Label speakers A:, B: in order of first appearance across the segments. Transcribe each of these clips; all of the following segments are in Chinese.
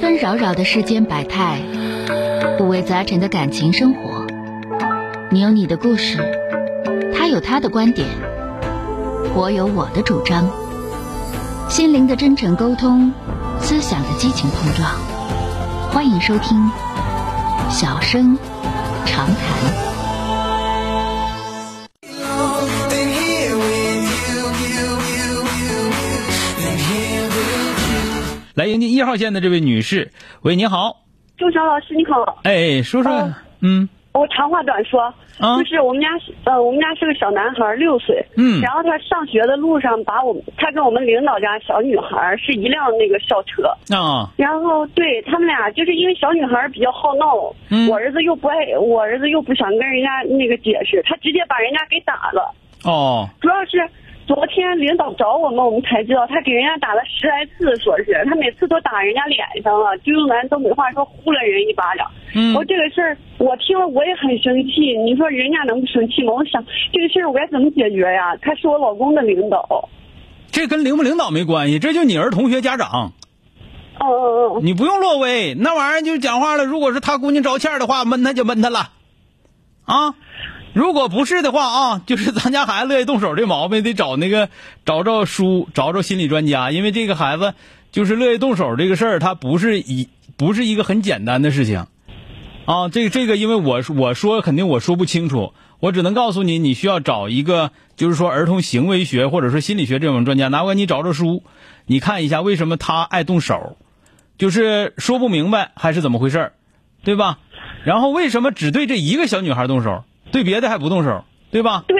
A: 纷扰扰的世间百态，五味杂陈的感情生活。你有你的故事，他有他的观点，我有我的主张。心灵的真诚沟通，思想的激情碰撞。欢迎收听《小声长谈》。
B: 来迎接一号线的这位女士，喂，你好，
C: 周强老师你好，
B: 哎，说说，
C: 哦
B: 嗯
C: 我长话短说，
B: 啊
C: 就是我们家是呃，我们家是个小男孩，六岁，
B: 嗯
C: 然后他上学的路上把我们，他跟我们领导家小女孩是一辆那个校车，
B: 啊，
C: 然后对他们俩就是因为小女孩比较好闹，
B: 嗯
C: 我儿子又不爱，我儿子又不想跟人家那个解释，他直接把人家给打了，
B: 哦，
C: 主要是。昨天领导找我们，我们才知道他给人家打了十来次，说是他每次都打人家脸上了，就用咱东北话说呼了人一巴掌。
B: 嗯
C: 我这个事儿，我听了我也很生气。你说人家能不生气吗？我想这个事儿我该怎么解决呀？他是我老公的领导。
B: 这跟领不领导没关系，这就你儿同学家长，
C: 嗯嗯嗯，
B: 你不用落威，那玩意儿就讲话了。如果是他姑娘招欠儿的话，闷他就闷他了，啊，如果不是的话啊， 就是咱家孩子乐意动手这毛病，得找那个找找书，找找心理专家，因为这个孩子就是乐意动手这个事儿，他不是一不是一个很简单的事情，啊，这个这个，因为我说我说肯定我说不清楚，我只能告诉你，你需要找一个就是说儿童行为学或者说心理学这种专家，哪怕你找找书，你看一下为什么他爱动手。就是说不明白还是怎么回事儿，对吧？然后为什么只对这一个小女孩动手，对别的还不动手，对吧？
C: 对，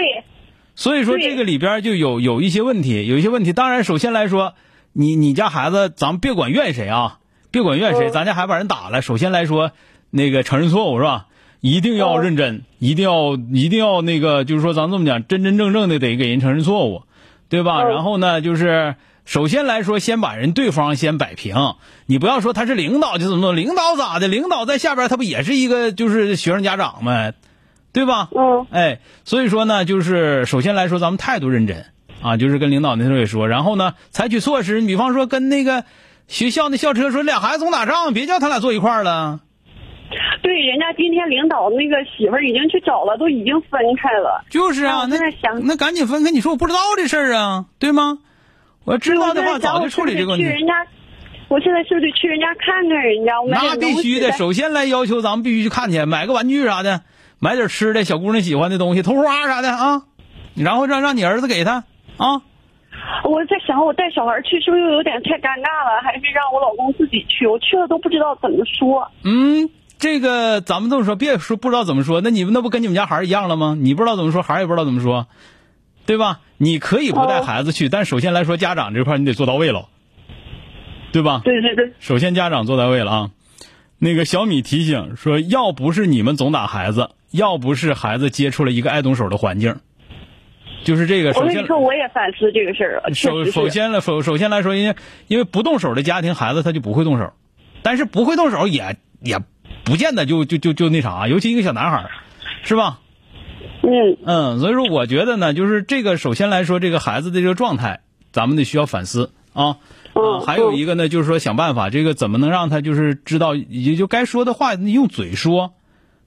B: 所以说
C: 对
B: 这个里边就有有一些问题，有一些问题。当然，首先来说，你你家孩子，咱们别管怨谁啊，别管怨谁，
C: 嗯
B: 咱家孩子把人打了，首先来说，那个承认错误是吧？一定要
C: 嗯
B: 认真，一定要一定要那个，就是说咱们这么讲，真真正正的得给人承认错误，对吧？
C: 嗯
B: 然后呢，就是首先来说，先把人对方先摆平，你不要说他是领导就怎么弄，领导咋的？领导在下边他不也是一个就是学生家长吗？对吧？
C: 嗯
B: 哎，所以说呢，就是首先来说，咱们态度认真啊，就是跟领导那时候也说，然后呢，采取措施，你比方说跟那个学校那校车说，俩孩子总打仗，别叫他俩坐一块儿了。
C: 对，人家今天领导那个媳妇儿已经去找了，都已经分开了。
B: 就是
C: 哎
B: 啊，
C: 我
B: 那
C: 现在想
B: 那赶紧分开。你说我不知道这事儿啊，对吗？我知道的话，
C: 我现在想
B: 早就处理这个问
C: 我是不是得
B: 题。
C: 去人家，我现在是不是得去人家看看人家？我买点
B: 那必须的，
C: 东西再
B: 首先来要求咱们必须去看去，买个玩具啥的，买点吃的，小姑娘喜欢的东西，头花啥的啊，然后让让你儿子给他啊。
C: 我在想，我带小孩去是不是又有点太尴尬了？还是让我老公自己去？我去了都不知道怎么说。
B: 嗯，这个咱们这么说，别说不知道怎么说，那你们那不跟你们家孩儿一样了吗？你不知道怎么说，孩儿也不知道怎么说，对吧？你可以不带
C: 哦
B: 孩子去，但首先来说，家长这块儿你得做到位了，对吧？
C: 对对对，
B: 首先家长做到位了啊。那个小米提醒说，要不是你们总打孩子，要不是孩子接触了一个爱动手的环境，就是这个。
C: 我
B: 哎首
C: 跟
B: 先
C: 你，说，我也反思这个事儿了。确
B: 首
C: 实
B: 首
C: 是。
B: 先了，首首先来说，因为因为不动手的家庭，孩子他就不会动手，但是不会动手也也不见得就就就就那啥，尤其一个小男孩儿，是吧？
C: 嗯，
B: 嗯，所以说我觉得呢，就是这个首先来说，这个孩子的这个状态，咱们得需要反思啊。啊
C: 嗯，
B: 还有一个呢，就是说想办法，这个怎么能让他就是知道，也就该说的话用嘴说，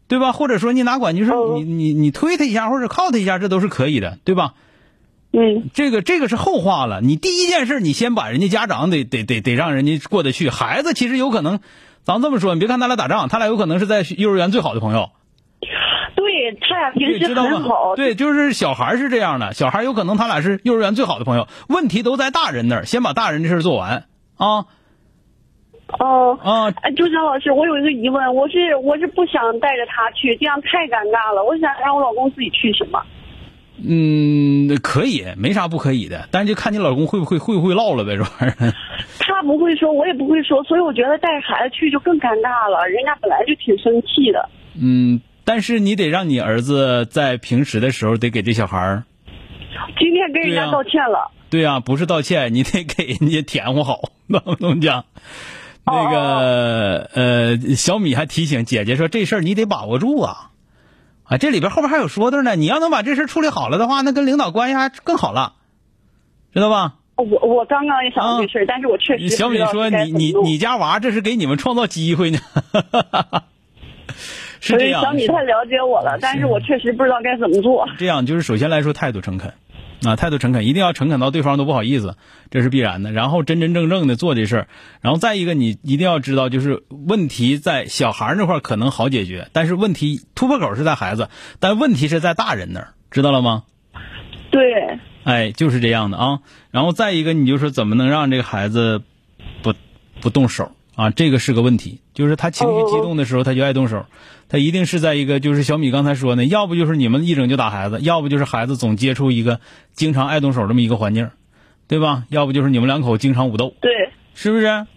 B: 对吧？或者说你哪管，就是
C: 嗯
B: 你你你推他一下，或者靠他一下，这都是可以的，对吧？
C: 嗯，
B: 这个这个是后话了。你第一件事，你先把人家家长得得得得让人家过得去。孩子其实有可能，咱这么说，你别看他俩打仗，他俩有可能是在幼儿园最好的朋友，
C: 对他俩平
B: 你
C: 时
B: 知道
C: 很
B: 吗
C: 好。？
B: 对，就是小孩是这样的，小孩有可能他俩是幼儿园最好的朋友。问题都在大人那儿，先把大人这事儿做完啊
C: 嗯。
B: 啊！
C: 哎，周强老师，我有一个疑问，我是我是不想带着他去，这样太尴尬了。我想让我老公自己去，行吗？
B: 嗯，可以，没啥不可以的，但是就看你老公会不会会不会唠了呗，这玩意儿。
C: 他不会说，我也不会说，所以我觉得带孩子去就更尴尬了。人家本来就挺生气的。
B: 嗯，但是你得让你儿子在平时的时候得给这小孩儿
C: 今天跟人
B: 对
C: 家
B: 呀
C: 道歉了。
B: 对啊，不是道歉，你得给人家填糊好，能不能讲？那个呃，小米还提醒姐姐说，这事儿你得把握住啊！啊，这里边后边还有说的呢，你要能把这事儿处理好了的话，那跟领导关系还更好了，知道吧？
C: 我我刚刚也想到这事儿，但是我确实
B: 啊小
C: 不知
B: 敏
C: 道
B: 说：“
C: 该
B: 你
C: 怎么
B: 你
C: 弄
B: 你家娃这是给你们创造机会呢。”是
C: 所
B: 这
C: 以
B: 样。
C: 小米太了解我了，但
B: 是
C: 是我确实不知道该怎么做。
B: 这样就是首先来说态度诚恳，啊，态度诚恳，一定要诚恳到对方都不好意思，这是必然的。然后真真正正的做这事儿，然后再一个你一定要知道，就是问题在小孩儿那块儿可能好解决，但是问题突破口是在孩子，但问题是在大人那儿，知道了吗？
C: 对，
B: 哎，就是这样的啊。然后再一个，你就说怎么能让这个孩子不不动手啊？这个是个问题，就是他情绪激动的时候，他就爱动手。他一定是在一个，就是小米刚才说的，要不就是你们一整就打孩子，要不就是孩子总接触一个经常爱动手这么一个环境，对吧？要不就是你们两口经常武斗，
C: 对，
B: 是不是啊？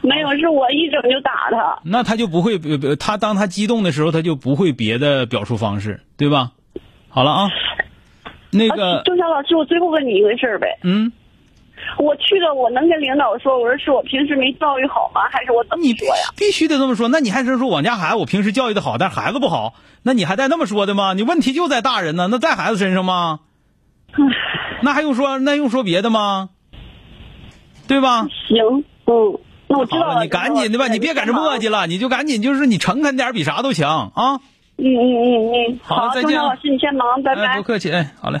C: 没有是我一整就打他。
B: 那他就不会，呃他当他激动的时候，他就不会别的表述方式，对吧？好了啊，那
C: 啊
B: 个，
C: 郑晓老师，我最后问你一个事儿呗，
B: 嗯。
C: 我去了，我能跟领导说，我说是我平时没教育好吗？还是我怎么
B: 你必
C: 说呀？
B: 必须得这么说。那你还是说我家孩子我平时教育的好，但孩子不好，那你还带那么说的吗？你问题就在大人呢，那在孩子身上吗？那还用说？那用说别的吗？对吧？
C: 行，嗯，那我知
B: 好
C: 道哎
B: 了，
C: 了。
B: 你赶紧的吧，你别赶这磨叽
C: 了。
B: 了，你就赶紧就是你诚恳点儿比啥都强啊！
C: 嗯嗯嗯嗯，
B: 好再见
C: 郑晓老师，你先忙，拜
B: 哎，
C: 拜
B: 不。客气，哎，好嘞。